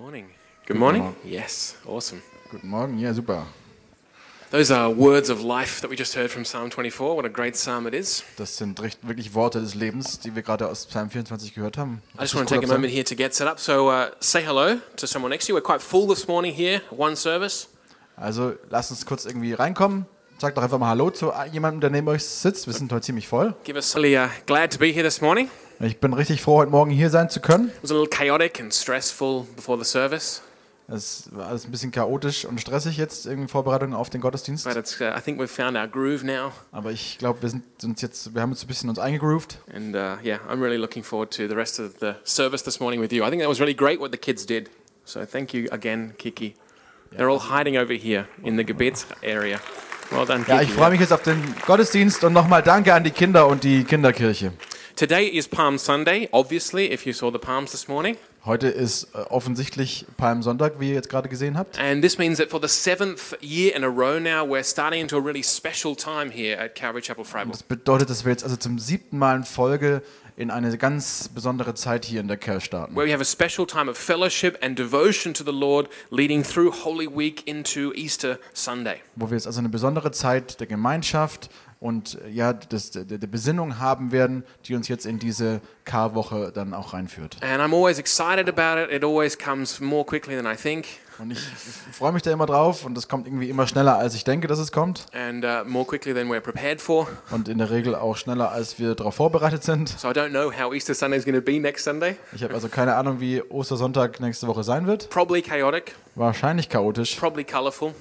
morning. Good morning. Yes, awesome. Guten Morgen, ja super. Those are words of life that we just heard from Psalm 24. What a great psalm it is. Das sind recht, wirklich Worte des Lebens, die wir gerade aus Psalm 24 gehört haben. I just want to take a moment here to get set up. So uh, say hello to someone next to you. We're quite full this morning here, one service. Also lasst uns kurz irgendwie reinkommen. Sagt doch einfach mal Hallo zu jemandem, der neben euch sitzt. Wir sind heute ziemlich voll. Give us really uh, glad to be here this morning. Ich bin richtig froh, heute Morgen hier sein zu können. It was a little chaotic and stressful before the service, Es war alles ein bisschen chaotisch und stressig jetzt in Vorbereitung auf den Gottesdienst. but it's, uh, I think we've found our groove now. Aber ich glaube, wir sind uns jetzt, wir haben uns ein bisschen uns eingegroovt. And uh, yeah, I'm really looking forward to the rest of the service this morning with you. I think that was really great what the kids did. So thank you again, Kiki. They're all hiding over here in the Gebet area. Well done, Ja, ich Kiki. freue mich jetzt auf den Gottesdienst und nochmal Danke an die Kinder und die Kinderkirche. Today is Palm Sunday, obviously, if you saw the palms this morning. Heute ist äh, offensichtlich Palmsonntag, wie ihr jetzt gerade gesehen habt. And this means that for the seventh year in a row now, we're starting into a really special time here at Calvary Chapel Freiburg. Das bedeutet, dass wir jetzt also zum siebten Mal in Folge in eine ganz besondere Zeit hier in der Kirche starten. Where we have a special time of fellowship and devotion to the Lord, leading through Holy Week into Easter Sunday. Wo wir jetzt also eine besondere Zeit der Gemeinschaft und äh, ja, des, der, der Besinnung haben werden, die uns jetzt in diese Karwoche dann auch reinführt. And I'm always excited about it. It always comes more quickly than I think, Und ich freue mich da immer drauf und es kommt irgendwie immer schneller, als ich denke, dass es kommt. and uh, more quickly than we're prepared for. Und in der Regel auch schneller, als wir darauf vorbereitet sind. So I don't know how Easter Sunday is going to be next Sunday. Ich habe also keine Ahnung, wie Ostersonntag nächste Woche sein wird. Probably chaotic, Wahrscheinlich chaotisch, probably colourful,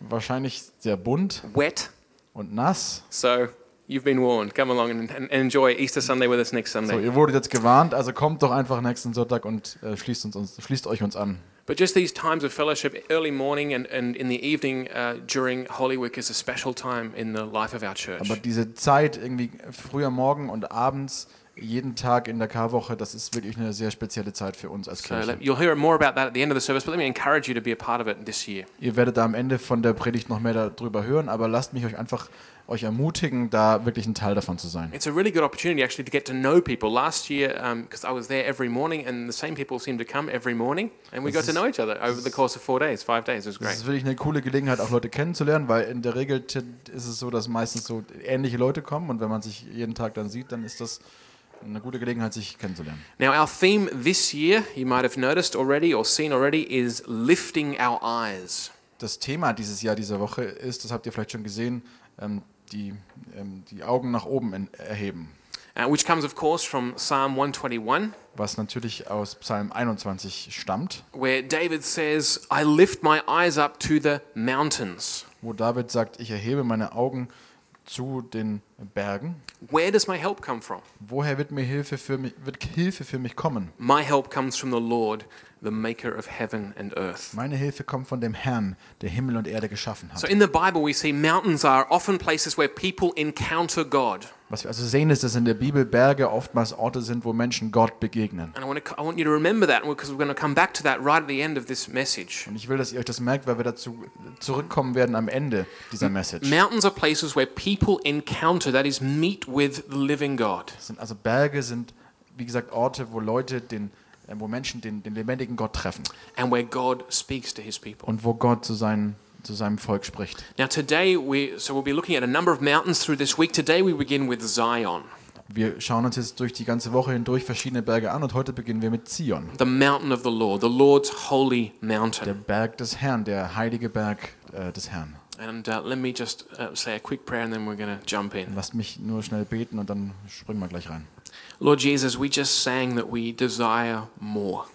wahrscheinlich sehr bunt wet. und nass. So you've been warned. Come along and, and enjoy Easter Sunday with us next So, Sunday. ihr wurdet jetzt gewarnt, also kommt doch einfach nächsten Sonntag und äh, schließt, uns, uns, schließt euch uns an. But just these times of fellowship, early morning and, and in the evening uh, during Holy Week, is a special time in the life of our church. Aber diese Zeit irgendwie früh am Morgen und abends, jeden Tag in der Karwoche, das ist wirklich eine sehr spezielle Zeit für uns als So Kirche. let, you'll hear more about that at the end of the service, but let me encourage you to be a part of it this year. Ihr werdet da am Ende von der Predigt noch mehr darüber hören, aber lasst mich euch einfach euch ermutigen, da wirklich ein Teil davon zu sein. It's a really good opportunity actually to get to know people. Last year, because I was there every morning, and the same people seemed to come every morning, and we got to know each other over the course of four days, five days. It was Das great. ist wirklich eine coole Gelegenheit, auch Leute kennenzulernen, weil in der Regel t- ist es so, dass meistens so ähnliche Leute kommen und wenn man sich jeden Tag dann sieht, dann ist das eine gute Gelegenheit, sich kennenzulernen. Now, our theme this year, you might have noticed already or seen already, is lifting our eyes. Das Thema dieses Jahr, dieser Woche ist, das habt ihr vielleicht schon gesehen, ähm, die, ähm, die Augen nach oben en- erheben, uh, which comes, of course, from Psalm 121, was natürlich aus Psalm 21 stammt, where David says, I lift my eyes up to the mountains. wo David sagt, ich erhebe meine Augen zu den Bergen. Where does my help come from? Woher wird mir Hilfe für mich, wird Hilfe für mich kommen? My help comes from the Lord, the maker of heaven and earth. Meine Hilfe kommt von dem Herrn, der Himmel und Erde geschaffen So hat. in the Bible, we see mountains are often places where people encounter God. Was wir also sehen, ist, dass in der Bibel Berge oftmals Orte sind, wo Menschen Gott begegnen. And I want, to, I want you to remember that because we're going to come back to that right at the end of this message. Und ich will, dass ihr euch das merkt, weil wir dazu zurückkommen werden am Ende dieser Message. Mountains are places where people encounter, that is, meet with the living God. Es sind also Berge sind, wie gesagt, Orte, wo Leute den, äh, wo Menschen den, den lebendigen Gott treffen and where God speaks to his people. und wo Gott zu, seinen, zu seinem Volk spricht. Now today we so we'll be looking at a number of mountains through this week. Today we begin with Zion, Wir schauen uns jetzt durch die ganze Woche hindurch verschiedene Berge an und heute beginnen wir mit Zion, the mountain of the Lord, the Lord's holy der mountain. Berg des Herrn, der heilige Berg äh, des Herrn. And uh, let me just uh, say a quick prayer and then we're going to jump in. Lasst mich nur schnell beten und dann springen wir gleich rein. Lord Jesus, we just sang that we desire more.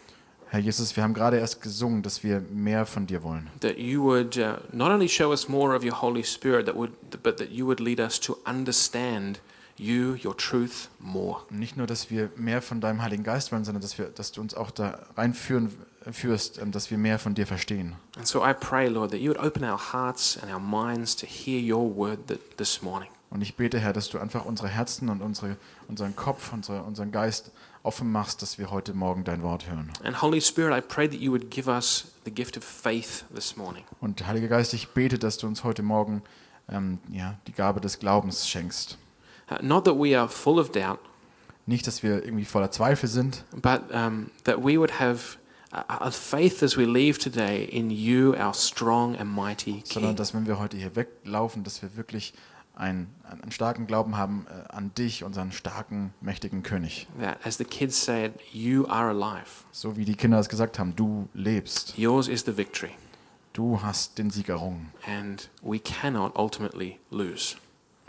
Herr Jesus, wir haben gerade erst gesungen, dass wir mehr von dir wollen. That you would uh, not only show us more of your Holy Spirit, that would, but that you would lead us to understand you, your truth, more. Nicht nur, dass wir mehr von deinem Heiligen Geist wollen, sondern dass, wir, dass du uns auch da reinführen führst, ähm, dass wir mehr von dir verstehen. And so I pray, Lord, that you would open our hearts and our minds to hear your word th- this morning. Und ich bete, Herr, dass du einfach unsere Herzen und unsere, unseren Kopf, unsere, unseren Geist offen machst, dass wir heute Morgen dein Wort hören. And Holy Spirit, I pray that you would give us the gift of faith this morning. Und Heiliger Geist, ich bete, dass du uns heute Morgen ähm, ja, die Gabe des Glaubens schenkst. Uh, not that we are full of doubt, Nicht, dass wir irgendwie voller Zweifel sind, but um, that we would have a, a faith as we leave today in you, our strong and mighty sondern King. dass wenn wir heute hier weglaufen, dass wir wirklich einen, einen starken Glauben haben äh, an dich, unseren starken, mächtigen König. That, as the kids said, you are alive. So wie die Kinder es gesagt haben, du lebst, Yours is the victory, du hast den Sieg errungen and we cannot ultimately lose.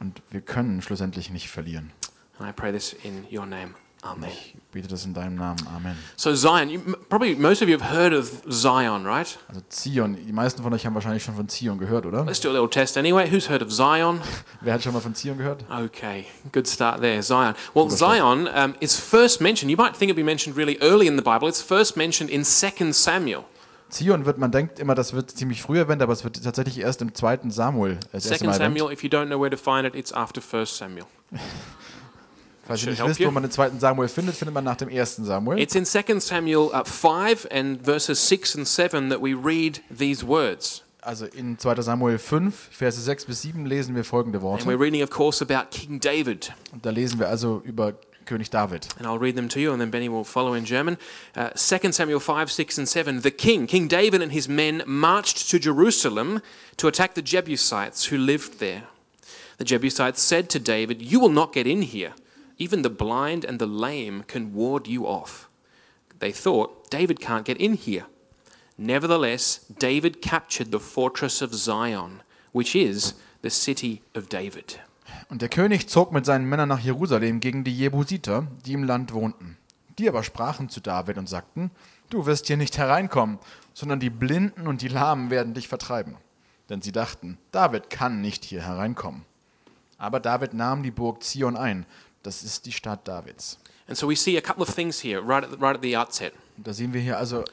und wir können schlussendlich nicht verlieren. And I pray this in your name. Amen. Ich bete das in deinem Namen, Amen. So Zion, you, m- probably most of you have heard of Zion, right? Also Zion, die meisten von euch haben wahrscheinlich schon von Zion gehört, oder? Let's do a little test anyway. Who's heard of Zion? Wer hat schon mal von Zion gehört? Okay, good start there, Zion. Well, Good start. Zion um, is first mentioned. You might think it'd be mentioned really early in the Bible. It's first mentioned in 2 Samuel. Zion wird, man denkt immer, das wird ziemlich früh erwähnt, aber es wird tatsächlich erst im zweiten Samuel. äh, Das erste 2 Mal erwähnt. Samuel, if you don't know where to find it, it's after 1 Samuel. Falls ihr Should nicht help wisst, you. wo man den zweiten Samuel findet, findet man nach dem ersten Samuel. It's in 2 Samuel uh, 5 and verses 6 and 7 that we read these words. Also in 2. Samuel 5, Verse 6 bis 7 lesen wir folgende And we're Worte. reading, of course, about King David. Und da lesen wir also über König David. And I'll read them to you, and then Benny will follow in German. Uh, 2 Samuel 5, 6, and 7. The king, King David, and his men marched to Jerusalem to attack the Jebusites who lived there. The Jebusites said to David, You will not get in here. Even the blind and the lame can ward you off. They thought, David can't get in here. Nevertheless, David captured the fortress of Zion, which is the city of David. Und der König zog mit seinen Männern nach Jerusalem gegen die Jebusiter, die im Land wohnten. Die aber sprachen zu David und sagten, du wirst hier nicht hereinkommen, sondern die Blinden und die Lahmen werden dich vertreiben. Denn sie dachten, David kann nicht hier hereinkommen. Aber David nahm die Burg Zion ein. Das ist die Stadt Davids. And so we see a couple of things here right at the, right at the outset. Und da sehen wir hier also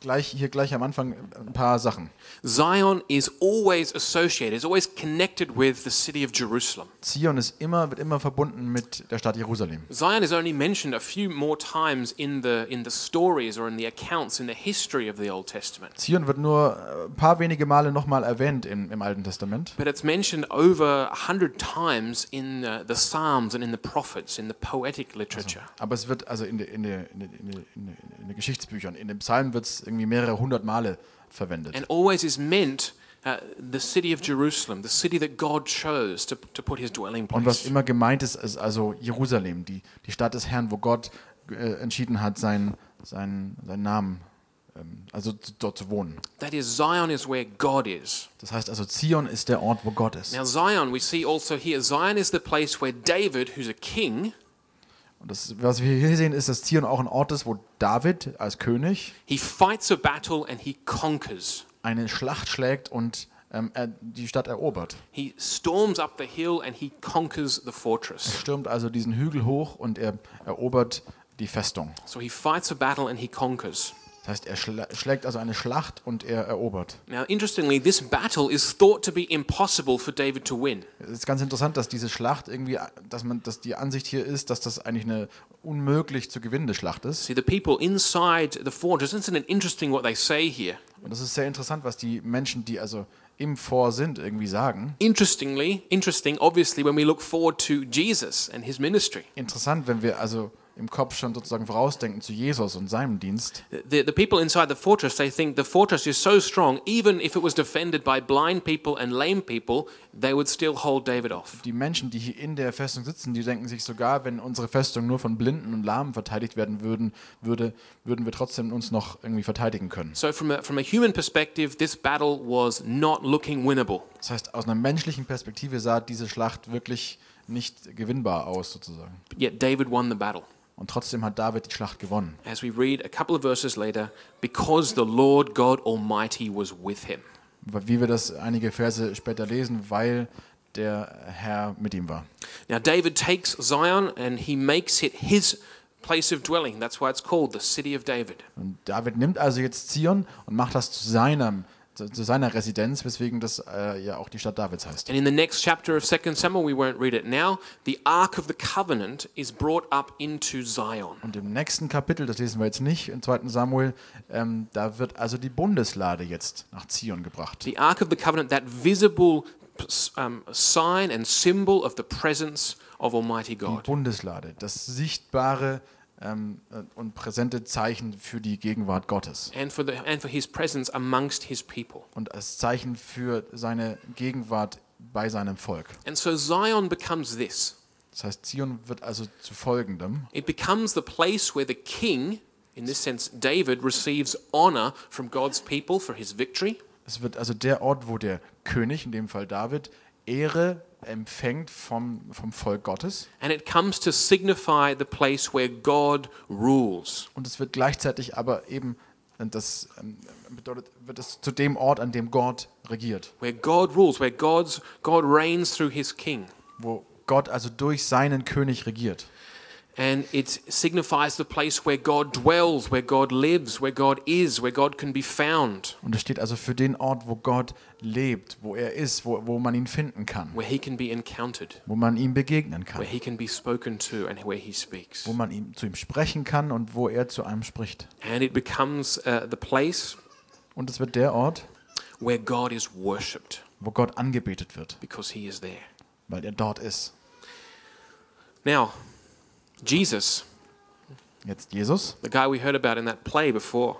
gleich, hier gleich am Anfang ein paar Sachen. Zion is always associated, is always connected with the city of Jerusalem. Zion ist immer, wird immer verbunden mit der Stadt Jerusalem. Zion is only mentioned a few more times in the, in the stories or in the accounts in the history of the Old Testament. Zion wird nur äh, ein paar wenige Male nochmal erwähnt im, im Alten Testament. But it's mentioned over a hundred times in uh, the Psalms and in the prophets, in the poetic literature. Aber es wird also in, de, in, de, in, de, in, de, in, de, in den Geschichtsbüchern, in den Psalmen wird es irgendwie mehrere hundert Male verwendet. And always is meant uh, the city of Jerusalem, the city that God chose to, to put his dwelling Und was place. immer gemeint ist, ist also Jerusalem, die, die Stadt des Herrn, wo Gott äh, entschieden hat, seinen, seinen, seinen Namen, ähm, also zu- dort zu wohnen. That is, Zion is where God is. Das heißt also, Zion ist der Ort, wo Gott ist. Now, Zion, we see also here, Zion is the place where David, who's a king, Und das, was wir hier sehen, ist, dass Zion auch ein Ort ist, wo David als König He fights a battle and he conquers. eine Schlacht schlägt und ähm, er die Stadt erobert. He storms up the hill and he conquers the fortress. Stürmt also diesen Hügel hoch und er erobert die Festung. So he fights a battle and he conquers. Das heißt, er schla schlägt also eine Schlacht und er erobert. Now, interestingly, this battle is thought to be impossible for David to win. Es ist ganz interessant, dass diese Schlacht irgendwie, dass man, dass die Ansicht hier ist, dass das eigentlich eine unmöglich zu gewinnende Schlacht ist. See, the people inside the fortress, isn't it interesting what they say here? Und das ist sehr interessant, was die Menschen, die also im Vor sind, irgendwie sagen. Interestingly, interesting, obviously, when we look forward to Jesus and his ministry. Interessant, wenn wir also im Kopf schon sozusagen vorausdenken zu Jesus und seinem Dienst. The, the people inside the fortress, they think the fortress is so strong, even if it was defended by blind people and lame people, they would still hold David off. die Menschen, die hier in der Festung sitzen, die denken sich sogar, wenn unsere Festung nur von Blinden und Lahmen verteidigt werden würden, würde, würden wir trotzdem uns noch irgendwie verteidigen können. So, from a, from a human perspective, this battle was not looking winnable. Das heißt, aus einer menschlichen Perspektive sah diese Schlacht wirklich nicht gewinnbar aus, sozusagen. But yet, David won the battle. Und trotzdem hat David die Schlacht gewonnen. As we read a couple of verses later, because the Lord God Almighty was with him. Wie wir das einige Verse später lesen, weil der Herr mit ihm war. Now, David takes Zion and he makes it his place of dwelling. That's why it's called the city of David. Und David nimmt also jetzt Zion und macht das zu, seinem, zu, zu seiner Residenz, weswegen das äh, ja auch die Stadt Davids heißt. And in the next chapter of 2 Samuel, we won't read it now, the Ark of the Covenant is brought up into Zion. Und im nächsten Kapitel, das lesen wir jetzt nicht, im 2. Samuel, ähm, da wird also die Bundeslade jetzt nach Zion gebracht. The Ark of the Covenant, that visible um, sign and symbol of the presence of Almighty God. Bundeslade, das sichtbare ähm, äh, und präsente Zeichen für die Gegenwart Gottes and for, the, and for his presence amongst his people. und als Zeichen für seine Gegenwart bei seinem Volk. And so Zion becomes this Das heißt, Zion wird also zu folgendem. it becomes the place where the king, in this sense David, receives honor from God's people for his victory. Es wird also der Ort, wo der König, in dem Fall David, Ehre empfängt vom, vom Volk Gottes. And it comes to signify the place where God rules. Und es wird gleichzeitig aber eben, und das ähm, bedeutet, wird es zu dem Ort, an dem Gott regiert, Where God rules, where God's, God reigns through his king. wo Gott also durch seinen König regiert. And it signifies the place where God dwells, where God lives, where God is, where God can be found, Und es steht also für den Ort, wo Gott lebt, wo er ist, wo, wo man ihn finden kann, where he can be encountered, wo man ihm begegnen kann, where he can be spoken to, and where he speaks. wo man ihm, zu ihm sprechen kann und wo er zu einem spricht. And it becomes uh, the place Und es wird der Ort, where God is worshipped wo Gott angebetet wird, because he is there. weil er dort ist. Now, Jesus, Jetzt Jesus, the guy we heard about in that play before,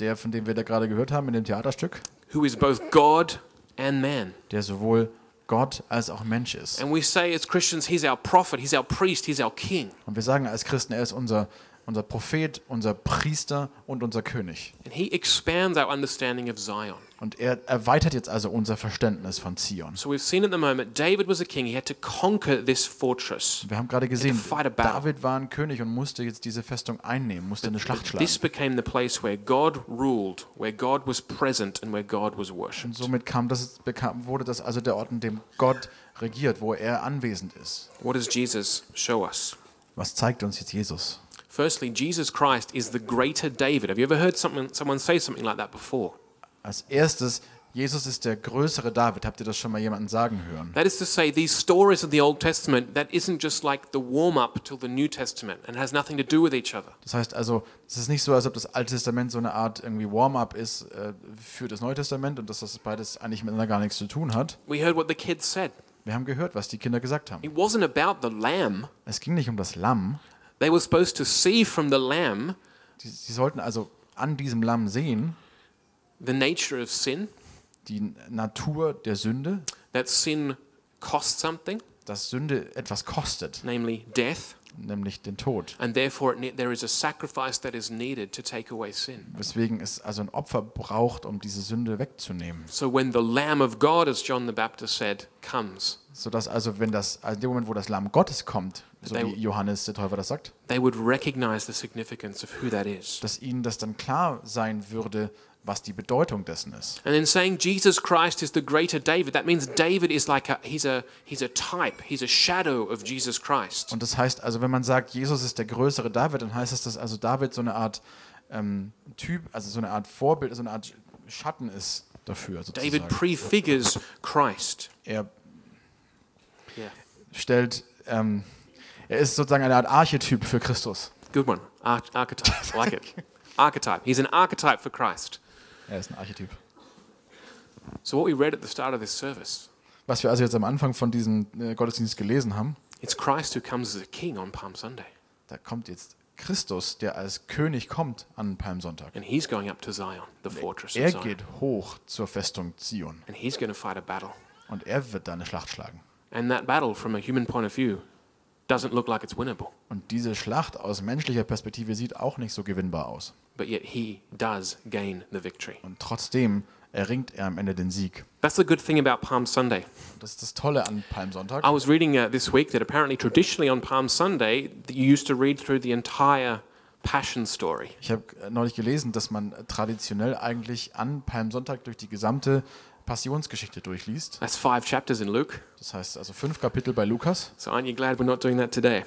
der von dem wir da gerade gehört haben in dem Theaterstück, who is both God and man. der sowohl Gott als auch Mensch ist. And we say as Christians, he's our prophet, he's our priest, he's our king. Und wir sagen als Christen, er ist unser, unser Prophet, unser Priester und unser König. And he expands our understanding of Zion. Und er erweitert jetzt also unser Verständnis von Zion. So we've seen at the moment, David was a king. He had to conquer this fortress. Wir haben gerade gesehen, fight a battle. David war ein König und musste jetzt diese Festung einnehmen, musste eine Schlacht schlagen. This became the place where God ruled, where God was present, and where God was Und worshipped. somit kam das, bekam, wurde das also der Ort, in dem Gott regiert, wo er anwesend ist. What does Jesus show us? Was zeigt uns jetzt Jesus? Firstly, Jesus Christ is the greater David. Have you ever heard someone, someone say something like that before? Als erstes, Jesus ist der größere David. Habt ihr das schon mal jemanden sagen hören? That is to say, these stories of the Old Testament, that isn't just like the warm up till the New Testament and has nothing to do with each other. Das heißt also, es ist nicht so, als ob das Alte Testament so eine Art irgendwie Warm-up ist äh, für das Neue Testament und dass das beides eigentlich miteinander gar nichts zu tun hat. We heard what the kids said. Wir haben gehört, was die Kinder gesagt haben. It wasn't about the lamb. Es ging nicht um das Lamm. They were supposed to see from the lamb Sie, sie sollten also an diesem Lamm sehen, the nature of sin, die Natur der Sünde, that sin cost something, dass Sünde etwas kostet, namely death, nämlich den Tod. and therefore it ne- there is a sacrifice that is needed to take away sin. Weswegen es also ein Opfer braucht, um diese Sünde wegzunehmen. So when the Lamb of God, as John the Baptist said, comes, Sodass also, wenn das, also in dem Moment, wo das Lamm Gottes kommt, so They- wie Johannes der Täufer das sagt, they would recognize the significance of who that is. dass ihnen das dann klar sein würde, was die Bedeutung dessen ist. And in saying Jesus Christ is the greater David, that means David is like a he's a he's a type, he's a shadow of Jesus Christ. Und das heißt also, wenn man sagt, Jesus ist der größere David, dann heißt das, dass also David so eine Art ähm, Typ, also so eine Art Vorbild, so eine Art Schatten ist dafür. David Sozusagen. prefigures Christ. Er Yeah. stellt, ähm, er ist sozusagen eine Art Archetyp für Christus. Good one. Arch- archetype. I like it. Archetype. He's an archetype for Christ. Er ist ein Archetyp. So what we read at the start of this service, Was wir also jetzt am Anfang von diesem äh, Gottesdienst gelesen haben, it's Christ who comes as a king on Palm Sunday, da kommt jetzt Christus, der als König kommt an Palmsonntag. and he's going up to Zion, the fortress of Er Zion, geht hoch zur Festung Zion and he's going to fight a battle. und er wird da eine Schlacht schlagen. And that battle, from a human point of view, doesn't look like it's winnable, Und diese Schlacht aus menschlicher Perspektive sieht auch nicht so gewinnbar aus. but yet he does gain the victory. Und trotzdem erringt er am Ende den Sieg. That's the good thing about Palm Sunday. Das ist das Tolle an Palmsonntag. I was reading uh, this week that apparently traditionally on Palm Sunday, that you used to read through the entire Passion story. Ich habe äh, neulich gelesen, dass man traditionell eigentlich an Palmsonntag durch die gesamte Passionsgeschichte durchliest. That's five chapters in Luke. Das heißt also fünf Kapitel bei Lukas. So aren't you glad we're not doing that today?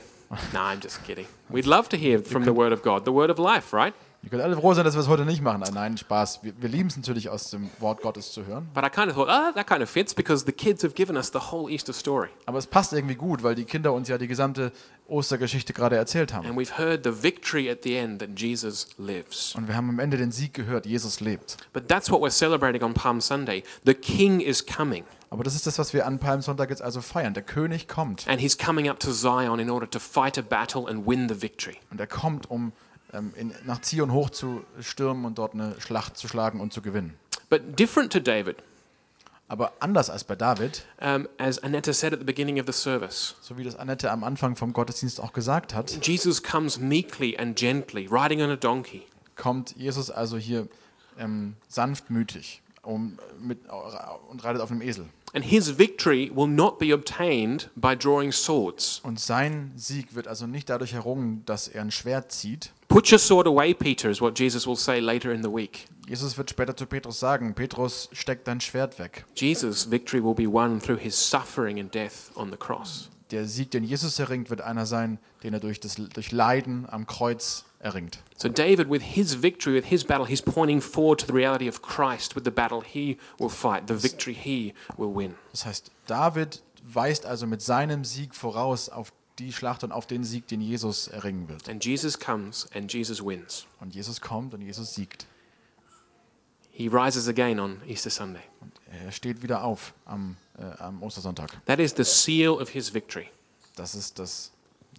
no, I'm just kidding. We'd love to hear from the Word of God, the Word of life, right? Ihr könnt alle froh sein, dass wir es heute nicht machen. Ah, nein, Spaß. Wir, wir lieben es natürlich, aus dem Wort Gottes zu hören. But I kind of thought, ah, that kind of fits because the kids have given us the whole Easter story. Aber es passt irgendwie gut, weil die Kinder uns ja die gesamte Ostergeschichte gerade erzählt haben. And we've heard the victory at the end that Jesus lives. Und wir haben am Ende den Sieg gehört, Jesus lebt. But that's what we're celebrating on Palm Sunday. The King is coming. Aber das ist das, was wir an Palmsonntag jetzt also feiern. Der König kommt. And he's coming up to Zion in order to fight a battle and win the victory. Und er kommt, um ähm, in, nach Zion hochzustürmen und dort eine Schlacht zu schlagen und zu gewinnen. But different to David, Aber anders als bei David, um, as Annetta said at the beginning of the service, so wie das Annette am Anfang vom Gottesdienst auch gesagt hat, Jesus comes meekly and gently, riding on a donkey. kommt Jesus also hier ähm, sanftmütig um, mit, und reitet auf einem Esel. And his victory will not be obtained by drawing swords. Und sein Sieg wird also nicht dadurch errungen, dass er ein Schwert zieht. Put your sword away, Peter, is what Jesus will say later in the week. Jesus wird später zu Petrus sagen, Petrus, steck dein Schwert weg. Jesus' victory will be won through his suffering and death on the cross. Der Sieg, den Jesus erringt, wird einer sein, den er durch, das, durch Leiden am Kreuz erringt. So, David, with his victory, with his battle, he's pointing forward to the reality of Christ with the battle he will fight, the victory he will win. Das heißt, David weist also mit seinem Sieg voraus auf die Schlacht und auf den Sieg, den Jesus erringen wird. And Jesus comes and Jesus wins. Und Jesus kommt und Jesus siegt. He rises again on Easter Sunday. Er steht wieder auf am, äh, am Ostersonntag. That is the seal of his victory, Das ist das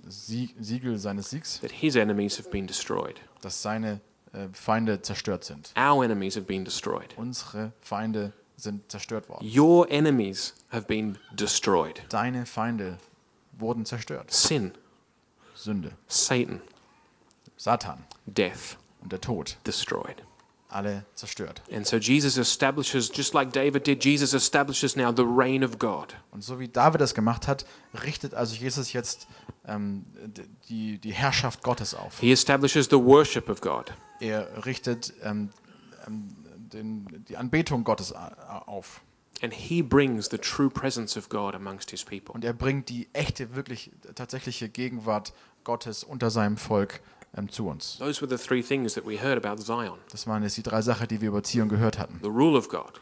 Sie- Siegel seines Siegs, that his enemies have been destroyed. dass seine äh, Feinde zerstört sind. Our enemies have been destroyed. Unsere Feinde sind zerstört worden. Your enemies have been destroyed. Deine Feinde wurden zerstört. Sin, Sünde, Satan, Satan death, und der Tod, destroyed. alle zerstört. And so Jesus establishes, just like David did, Jesus establishes now the reign of God. Und so wie David das gemacht hat, richtet also Jesus jetzt ähm, d- die, die Herrschaft Gottes auf. He establishes the worship of God. Er richtet ähm, ähm, den, die Anbetung Gottes a- a- auf. And he brings the true presence of God amongst his people. Und er bringt die echte, wirklich tatsächliche Gegenwart Gottes unter seinem Volk ähm, zu uns. Those were the three things that we heard about Zion Das waren jetzt die drei Sachen, die wir über Zion gehört hatten. the rule of God,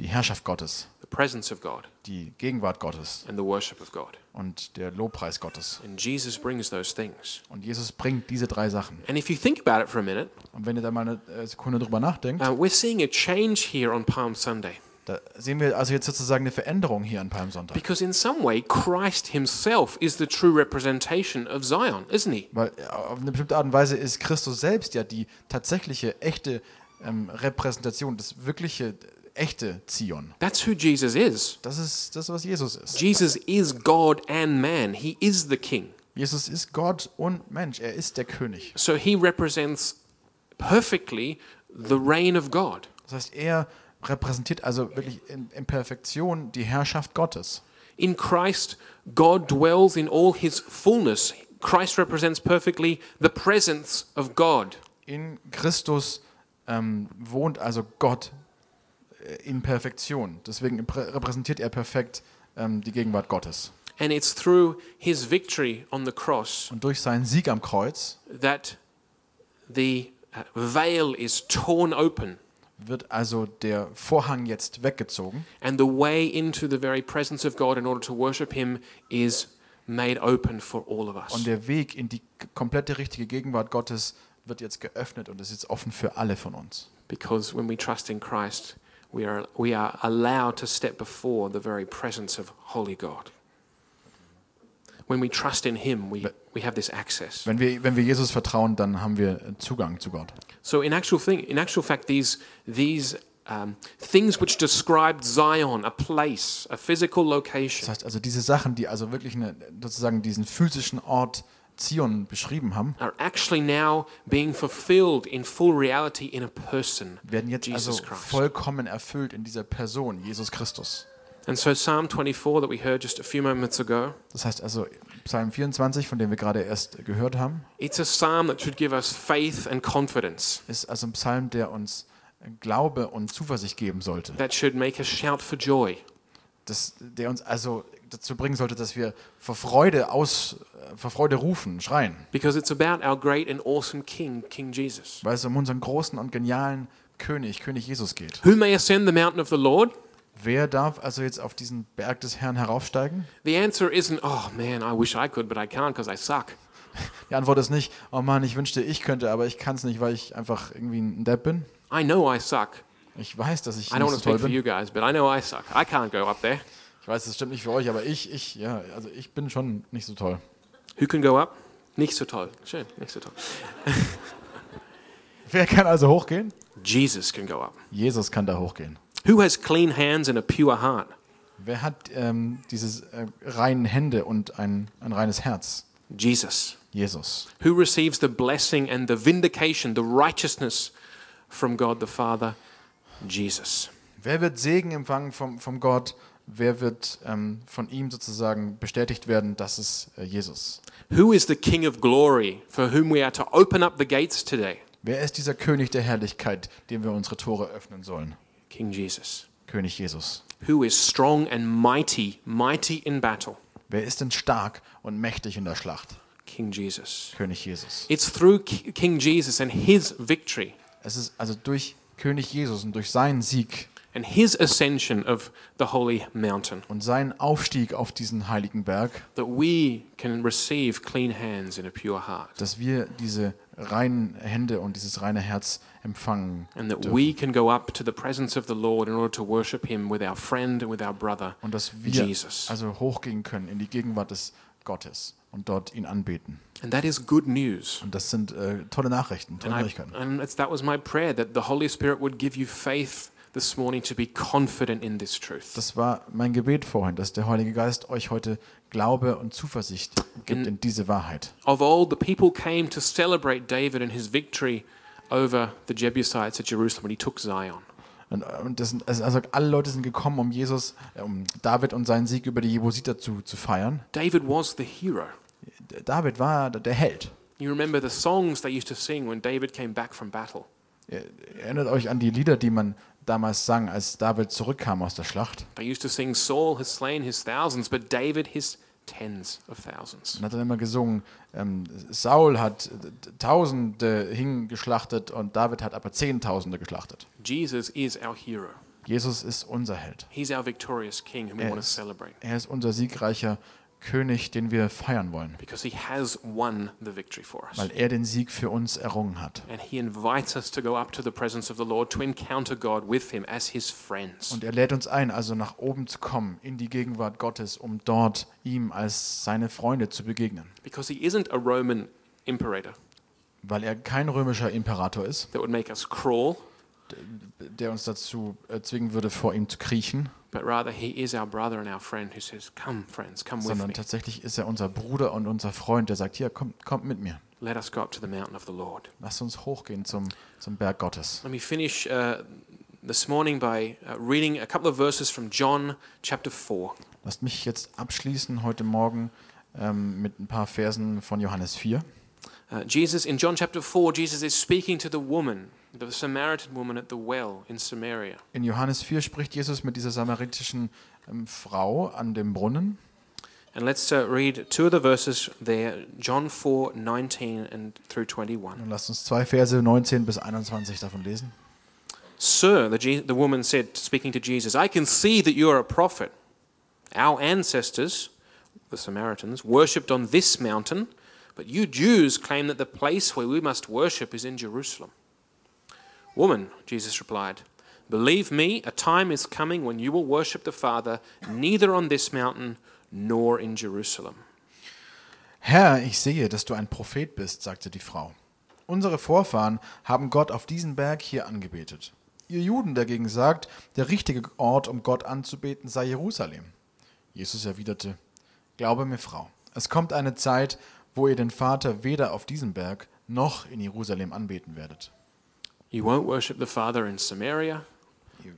Die Herrschaft Gottes, the presence of God, die Gegenwart Gottes and the worship of God. und der Lobpreis Gottes. And Jesus brings those things. Und Jesus bringt diese drei Sachen. And if you think about it for a minute, Und wenn ihr da mal eine äh, Sekunde drüber nachdenkt, uh, we're seeing a change here on Palm Sunday. da sehen wir also jetzt sozusagen eine Veränderung hier an Palmsonntag. Because in some way, Christ himself is the true representation of Zion, isn't he? Weil äh, auf eine bestimmte Art und Weise ist Christus selbst ja die tatsächliche, echte ähm, Repräsentation, das wirkliche, äh, echte Zion. That's who Jesus is. Das ist das, was Jesus ist. Jesus is God and man. He is the king. Jesus ist Gott und Mensch, er ist der König. So he represents perfectly the reign of God. Das heißt, er repräsentiert also wirklich in, in Perfektion die Herrschaft Gottes. In Christ, God dwells in all his fullness. Christ represents perfectly the presence of God. In Christus ähm, wohnt also Gott äh, in Perfektion. Deswegen prä- repräsentiert er perfekt ähm, die Gegenwart Gottes. And it's through his victory on the cross Und durch seinen Sieg am Kreuz that the uh, veil is torn open wird also der Vorhang jetzt weggezogen and the way into the very presence of God in order to worship him is made open for all of us. und der Weg in die k- komplette richtige Gegenwart Gottes wird jetzt geöffnet und ist jetzt offen für alle von uns. Because when we trust in Christ, we are, we are allowed to step before the very presence of Holy God. When we trust in Him, we, we have this access. Wenn wir, wenn wir Jesus vertrauen, dann haben wir äh, Zugang zu Gott. So, in actual, thing, in actual fact, these, these um, things which described Zion, a place, a physical Das location, heißt also, diese Sachen, die also wirklich eine, sozusagen diesen physischen Ort Zion beschrieben haben, are actually now being fulfilled in full reality in a person, werden jetzt also Jesus Christ. vollkommen erfüllt in dieser Person, Jesus Christus. And so, Psalm 24 that we heard just a few moments ago, Das heißt also, Psalm 24, von dem wir gerade erst gehört haben, it's a psalm that should give us faith and confidence. ist also ein Psalm, der uns Glaube und Zuversicht geben sollte. that should make us shout for joy. Das, der uns also dazu bringen sollte, dass wir vor Freude aus, äh, vor Freude rufen, schreien. Because it's about our great and awesome King, King Jesus. Weil es um unseren großen und genialen König, König Jesus geht. Who may ascend the mountain of the Lord? Wer darf also jetzt auf diesen Berg des Herrn heraufsteigen? The answer isn't, oh man, I wish I could, but I can't because I suck. Die Antwort ist nicht, oh Mann, ich wünschte, ich könnte, aber ich kann es nicht, weil ich einfach irgendwie ein Depp bin. I know I suck, Ich weiß, dass ich I don't nicht want so to toll speak for bin. you guys, but I know I suck. I can't go up there. Ich weiß, das stimmt nicht für euch, aber ich, ich, ja, also ich bin schon nicht so toll. Who can go up? Nicht so toll. Schön, nicht so toll. Wer kann also hochgehen? Jesus can go up. Jesus kann da hochgehen. Who has clean hands and a pure heart? Wer hat ähm, dieses äh, reinen Hände und ein, ein reines Herz? Jesus. Jesus. Who receives the blessing and the vindication, the righteousness from God the Father? Jesus. Wer wird Segen empfangen vom, vom Gott? Wer wird ähm, von ihm sozusagen bestätigt werden? Das ist äh, Jesus. Who is the King of glory for whom we are to open up the gates today? Wer ist dieser König der Herrlichkeit, dem wir unsere Tore öffnen sollen? King Jesus. König Jesus. Who is strong and mighty, mighty in battle? Wer ist denn stark und mächtig in der Schlacht? King Jesus. König Jesus. It's through Ki- King Jesus and his victory Es ist also durch König Jesus und durch seinen Sieg and his ascension of the holy mountain und seinen Aufstieg auf diesen heiligen Berg, that we can receive clean hands and a pure heart dass wir diese reinen Hände und dieses reine Herz empfangen and that we can go up to the presence of the Lord in order to worship him with our friend and with our brother und dass wir Jesus. also hochgehen können in die Gegenwart des Gottes und dort ihn anbeten. And that is good news. Und das sind äh, tolle Nachrichten, tolle And, I, Neuigkeiten. and it's, that was my prayer that the Holy Spirit would give you faith this morning to be confident in this truth. Das war mein Gebet vorhin, dass der Heilige Geist euch heute Glaube und Zuversicht gibt in diese Wahrheit. Of old, the people came to celebrate David and his victory over the Jebusites at Jerusalem when he took Zion. Und, äh, und das sind, also also alle Leute sind gekommen, um Jesus, äh, um David und seinen Sieg über die Jebusiter zu, zu feiern. David was the hero. D- David war der Held. You remember the songs they used to sing when David came back from battle. Erinnert euch an die Lieder, die man damals sang, als David zurückkam aus der Schlacht. They used to sing, Saul has slain his thousands, but David his tens of thousands. Und hat dann immer gesungen, ähm, Saul hat äh, Tausende hingeschlachtet und David hat aber Zehntausende geschlachtet. Jesus is our hero. Jesus ist unser Held. He's our victorious king whom we want to celebrate Er ist unser siegreicher König, den wir feiern wollen, because he has won the victory for us. weil er den Sieg für uns errungen hat. And he invites us to go up to the presence of the Lord to encounter God with him as his friends. Und er lädt uns ein, also nach oben zu kommen, in die Gegenwart Gottes, um dort ihm als seine Freunde zu begegnen. Because he isn't a Roman imperator Weil er kein römischer Imperator ist, that would make us crawl, der uns dazu äh, zwingen würde, vor ihm zu kriechen, but rather he is our brother and our friend who says, Come, friends, come with sondern me. tatsächlich ist er unser Bruder und unser Freund, der sagt, hier, kommt, kommt mit mir. Let us go up to the mountain of the Lord. Lasst uns hochgehen zum, zum Berg Gottes. Let me finish uh, this morning by uh, reading a couple of verses from John chapter 4. Lasst mich jetzt abschließen heute Morgen ähm, mit ein paar Versen von Johannes 4. Uh, Jesus, in John chapter 4, Jesus is speaking to the woman, the Samaritan woman at the well in Samaria. In Johannes 4 spricht Jesus mit dieser samaritischen ähm, Frau an dem Brunnen. And let's uh, read two of the verses there, John 4, 19 and through 21. Und lasst uns zwei Verse 19 bis 21 davon lesen. Sir, the, Je- the woman said, speaking to Jesus, I can see that you are a prophet. Our ancestors, the Samaritans, worshipped on this mountain, but you Jews claim that the place where we must worship is in Jerusalem. Woman, Jesus replied, believe me, a time is coming when you will worship the Father neither on this mountain nor in Jerusalem. Herr, ich sehe, dass du ein Prophet bist, sagte die Frau. Unsere Vorfahren haben Gott auf diesem Berg hier angebetet. Ihr Juden dagegen sagt, der richtige Ort, um Gott anzubeten, sei Jerusalem. Jesus erwiderte, Glaube mir, Frau, es kommt eine Zeit, wo ihr den Vater weder auf diesem Berg noch in Jerusalem anbeten werdet. You won't worship the Father in Samaria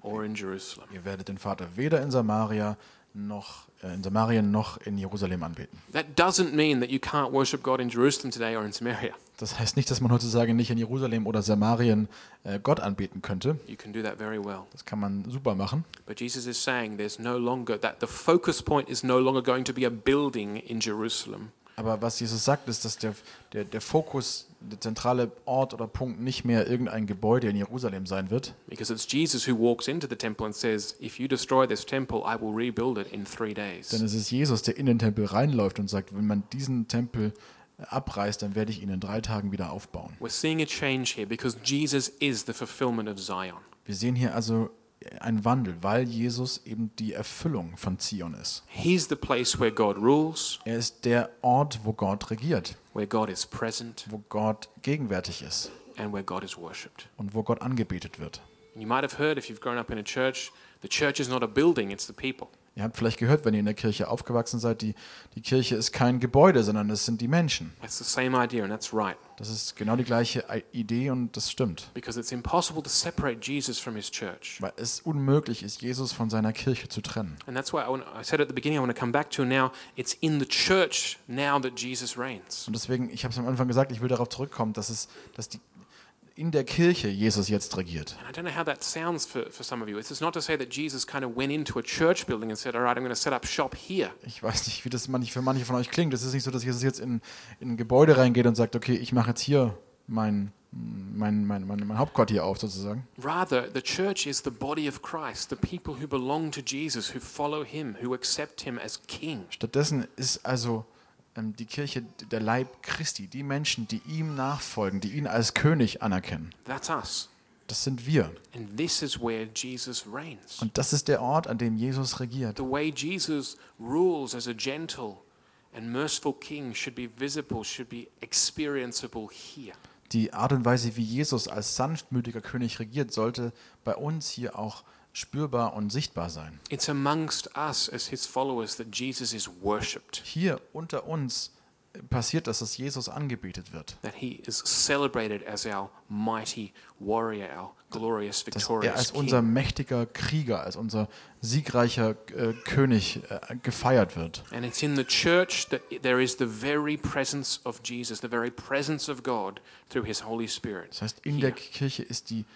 or in Jerusalem. Ihr werdet den Vater weder in Samaria noch äh, in Samarien noch in Jerusalem anbeten. That doesn't mean that you can't worship God in Jerusalem today or in Samaria. Das heißt nicht, dass man heutzutage nicht in Jerusalem oder Samarien äh, Gott anbeten könnte. You can do that very well. Das kann man super machen. But Jesus is saying there's no longer that the focus point is no longer going to be a building in Jerusalem, Aber was Jesus sagt, ist, dass der, der, der Fokus, der zentrale Ort oder Punkt nicht mehr irgendein Gebäude in Jerusalem sein wird, because it's Jesus who walks into the temple and says, If you destroy this temple, I will rebuild it in three denn days. es ist Jesus, der in den Tempel reinläuft und sagt, wenn man diesen Tempel äh, abreißt, dann werde ich ihn in drei Tagen wieder aufbauen. We're seeing a change here because Jesus is the fulfillment of Zion. Wir sehen hier also einen Wandel, weil Jesus eben die Erfüllung von Zion ist. He's the place where God rules, Er ist der Ort, wo Gott regiert, where God is present, wo Gott gegenwärtig ist and where God is worshipped. und wo Gott angebetet wird. You might have heard if you've grown up in a church, the church is not a building, it's the people. Ihr habt vielleicht gehört, wenn ihr in der Kirche aufgewachsen seid, die, die Kirche ist kein Gebäude, sondern es sind die Menschen. That's the same idea, and that's right, Das ist genau die gleiche I- Idee und das stimmt. because it's impossible to separate Jesus from his church. Weil es unmöglich ist, Jesus von seiner Kirche zu trennen. And that's why I, want, I said at the beginning, I want to come back to now. It's in the church now that Jesus reigns. Und deswegen, ich habe es am Anfang gesagt, ich will darauf zurückkommen, dass es, dass die in der Kirche Jesus jetzt regiert. And I don't know how that sounds for, for some of you. This is not to say that Jesus kind of went into a church building and said, all right, I'm going to set up shop here. Ich weiß nicht, wie das manch, für manche von euch klingt. Es ist nicht so, dass Jesus jetzt in, in ein Gebäude reingeht und sagt, okay, ich mache jetzt hier mein, mein, mein, mein, mein Hauptquartier auf, sozusagen. Rather, the church is the body of Christ, the people who belong to Jesus, who follow him, who accept him as king. Stattdessen ist also ähm, die Kirche der Leib Christi, die Menschen, die ihm nachfolgen, die ihn als König anerkennen. That's us. Das sind wir. And this is where Jesus reigns. Und das ist der Ort, an dem Jesus regiert. The way Jesus rules as a gentle and merciful king should be visible, should be experienceable here. die Art und Weise, wie Jesus als sanftmütiger König regiert, sollte bei uns hier auch spürbar und sichtbar sein. It's amongst us as his followers that Jesus is worshipped, Hier unter uns passiert das, dass Jesus angebetet wird. that he is celebrated as our mighty warrior, our glorious, Dass er victorious als unser king. mächtiger Krieger, als unser siegreicher äh, König äh, gefeiert wird. And it's in the church that there is the very presence of Jesus, the very presence of God through his Holy Spirit. Das heißt, in der Kirche ist die,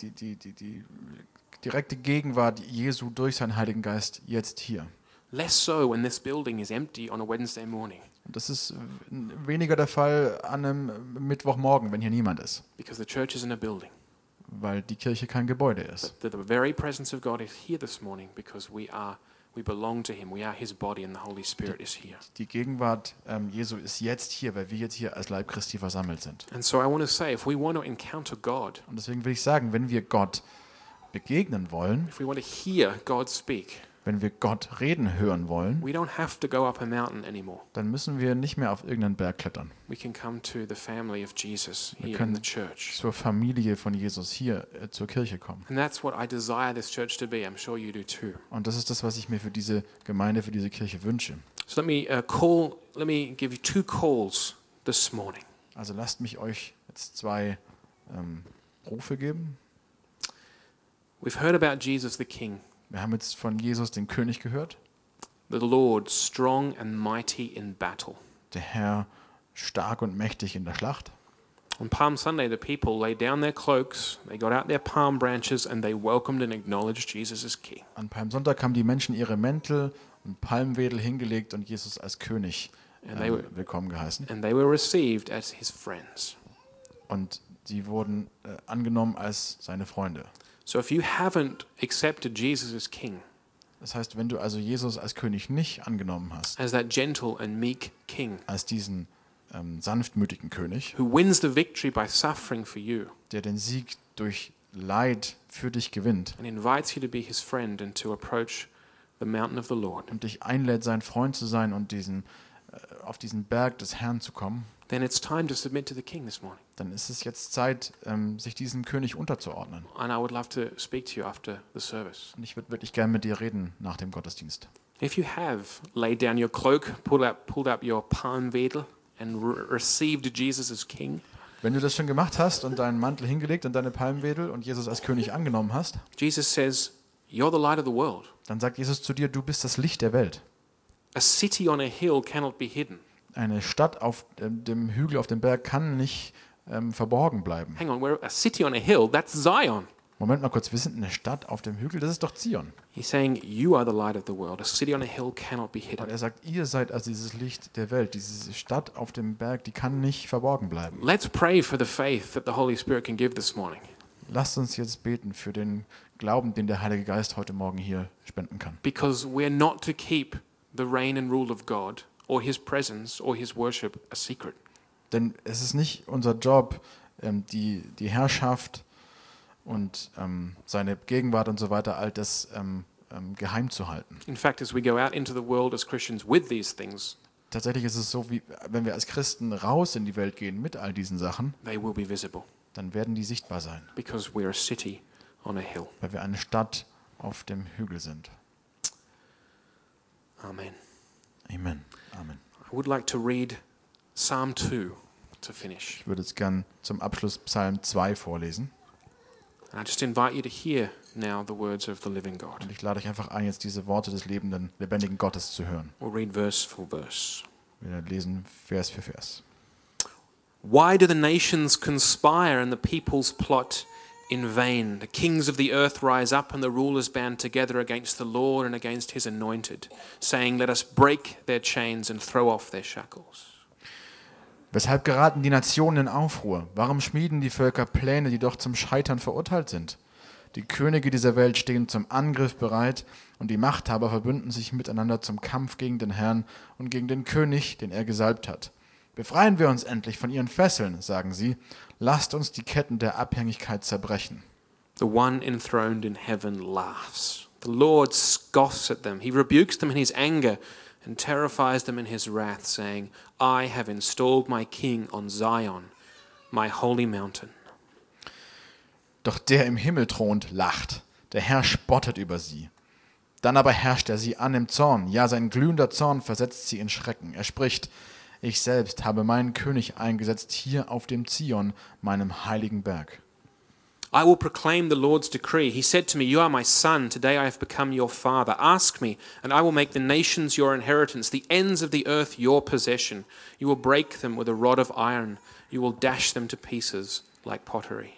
die, die, die, die, die direkte Gegenwart Jesu durch seinen Heiligen Geist jetzt hier. Less so when this building is empty on a Wednesday morning, Und das ist äh, weniger der Fall an einem Mittwochmorgen, wenn hier niemand ist. because the church isn't a building. weil die Kirche kein Gebäude ist. But the, the very presence of God is here this morning because we are, we belong to him. We are his body and the Holy Spirit is here. Die Gegenwart ähm, Jesu ist jetzt hier, weil wir jetzt hier als Leib Christi versammelt sind. And so I want to say, if we want to encounter God, Und deswegen will ich sagen, wenn wir Gott begegnen wollen, If we want to hear God speak, wenn wir Gott reden hören wollen, we don't have to go up a mountain anymore. dann müssen wir nicht mehr auf irgendeinen Berg klettern. We can come to the family of Jesus here Wir in können the church. Zur Familie von Jesus hier äh, zur Kirche kommen. And that's what I desire this church to be. I'm sure you do too. Und das ist das, was ich mir für diese Gemeinde, für diese Kirche wünsche. So let me uh, call, let me give you two calls this morning. Also lasst mich euch jetzt zwei ähm, Rufe geben. We've heard about Jesus the King, Wir haben jetzt von Jesus, den König, gehört. the Lord, strong and mighty in battle. Der Herr stark und mächtig in der Schlacht. On Palm Sunday, the people laid down their cloaks, they got out their palm branches, and they welcomed and acknowledged Jesus as King. An Palmsonntag haben die Menschen ihre Mäntel und Palmwedel hingelegt und Jesus als König And they were- ähm, willkommen geheißen. And they were received as his friends. Und sie wurden äh, angenommen als seine Freunde. So if you haven't accepted Jesus as King, Das heißt, wenn du also Jesus als König nicht angenommen hast, as that gentle and meek King als diesen ähm, sanftmütigen König, who wins the victory by suffering for you der den Sieg durch Leid für dich gewinnt and invites you to be his friend and to approach the mountain of the Lord, und dich einlädt, sein Freund zu sein und diesen, äh, auf diesen Berg des Herrn zu kommen, then it's time to submit to the King this morning. dann ist es jetzt Zeit, ähm, sich diesem König unterzuordnen. And I would love to speak to you after the service. Und ich würde wirklich gern mit dir reden nach dem Gottesdienst. If you have laid down your cloak, pulled up, pulled up your palmvedel, and re- received Jesus as King, Wenn du das schon gemacht hast und deinen Mantel hingelegt und deine Palmwedel und Jesus als König angenommen hast, Jesus says, You're the light of the world. dann sagt Jesus zu dir, du bist das Licht der Welt. A city on a hill cannot be hidden. Eine Stadt auf ähm, dem Hügel, auf dem Berg kann nicht ähm, verborgen bleiben. Hang on, where a city on a hill, that's Zion. Moment mal kurz, wir sind eine Stadt auf dem Hügel, das ist doch Zion. He's saying, You are the light of the world. A city on a hill cannot be Und hidden. er sagt, ihr seid also dieses Licht der Welt, diese Stadt auf dem Berg, die kann nicht verborgen bleiben. Let's pray for the faith that the Holy Spirit can give this morning. Lasst uns jetzt beten für den Glauben, den der Heilige Geist heute Morgen hier spenden kann. Because we're not to keep the reign and rule of God or his presence or his worship a secret. Denn es ist nicht unser Job, ähm, die, die Herrschaft und ähm, seine Gegenwart und so weiter, all das ähm, ähm, geheim zu halten. In fact, as we go out into the world as Christians with these things, Tatsächlich ist es so, wie wenn wir als Christen raus in die Welt gehen mit all diesen Sachen, they will be visible dann werden die sichtbar sein, because we're a city on a hill. weil wir eine Stadt auf dem Hügel sind. Amen. Amen. Amen. I would like to read Psalm 2 to finish. Ich würde jetzt gern zum Abschluss Psalm 2 vorlesen. And I just invite you to hear now the words of the living God. Und ich lade euch einfach ein, jetzt diese Worte des lebenden, lebendigen Gottes zu hören. We'll read verse for verse. Wir lesen Vers für Vers. Why do the nations conspire and the peoples plot in vain? The kings of the earth rise up and the rulers band together against the Lord and against his anointed, saying, Let us break their chains and throw off their shackles. Weshalb geraten die Nationen in Aufruhr? Warum schmieden die Völker Pläne, die doch zum Scheitern verurteilt sind? Die Könige dieser Welt stehen zum Angriff bereit und die Machthaber verbünden sich miteinander zum Kampf gegen den Herrn und gegen den König, den er gesalbt hat. Befreien wir uns endlich von ihren Fesseln, sagen sie. Lasst uns die Ketten der Abhängigkeit zerbrechen. The one enthroned in heaven laughs. The Lord scoffs at them. He rebukes them in his anger and terrifies them in his wrath, saying, I have installed my king on Zion, my holy mountain. Doch der im Himmel thront, lacht. Der Herr spottet über sie. Dann aber herrscht er sie an im Zorn. Ja, sein glühender Zorn versetzt sie in Schrecken. Er spricht: Ich selbst habe meinen König eingesetzt hier auf dem Zion, meinem heiligen Berg. I will proclaim the Lord's decree. He said to me, You are my son. Today I have become your father. Ask me, and I will make the nations your inheritance, the ends of the earth your possession. You will break them with a rod of iron. You will dash them to pieces like pottery.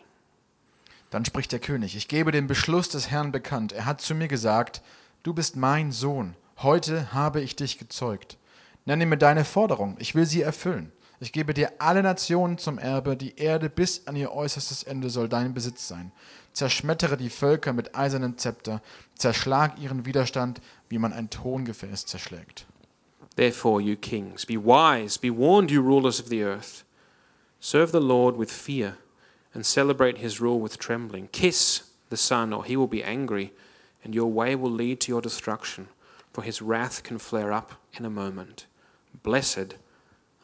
Dann spricht der König: Ich gebe den Beschluss des Herrn bekannt. Er hat zu mir gesagt: Du bist mein Sohn. Heute habe ich dich gezeugt. Nenne mir deine Forderung. Ich will sie erfüllen. Ich gebe dir alle Nationen zum Erbe. Die Erde bis an ihr äußerstes Ende soll dein Besitz sein. Zerschmettere die Völker mit eisernem Zepter. Zerschlag ihren Widerstand, wie man ein Tongefäß zerschlägt. Therefore, you kings, be wise, be warned, you rulers of the earth. Serve the Lord with fear and celebrate his rule with trembling. Kiss the Son, or he will be angry, and your way will lead to your destruction, for his wrath can flare up in a moment. Blessed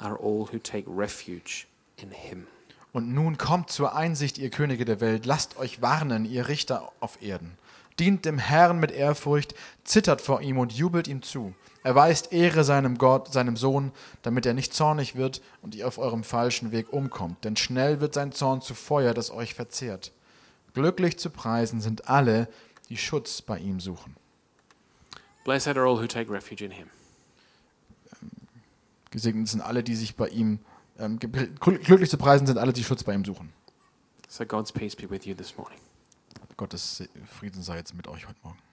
are all who take refuge in him. Und nun kommt zur Einsicht, ihr Könige der Welt, lasst euch warnen, ihr Richter auf Erden. Dient dem Herrn mit Ehrfurcht, zittert vor ihm und jubelt ihm zu. Erweist Ehre seinem Gott, seinem Sohn, damit er nicht zornig wird und ihr auf eurem falschen Weg umkommt, denn schnell wird sein Zorn zu Feuer, das euch verzehrt. Glücklich zu preisen sind alle, die Schutz bei ihm suchen. Blessed are all who take refuge in him. Gesegnet sind alle, die sich bei ihm ähm, ge- glücklich zu preisen sind alle, die Schutz bei ihm suchen. So God's peace be with you this morning. Gottes Frieden sei jetzt mit euch heute Morgen.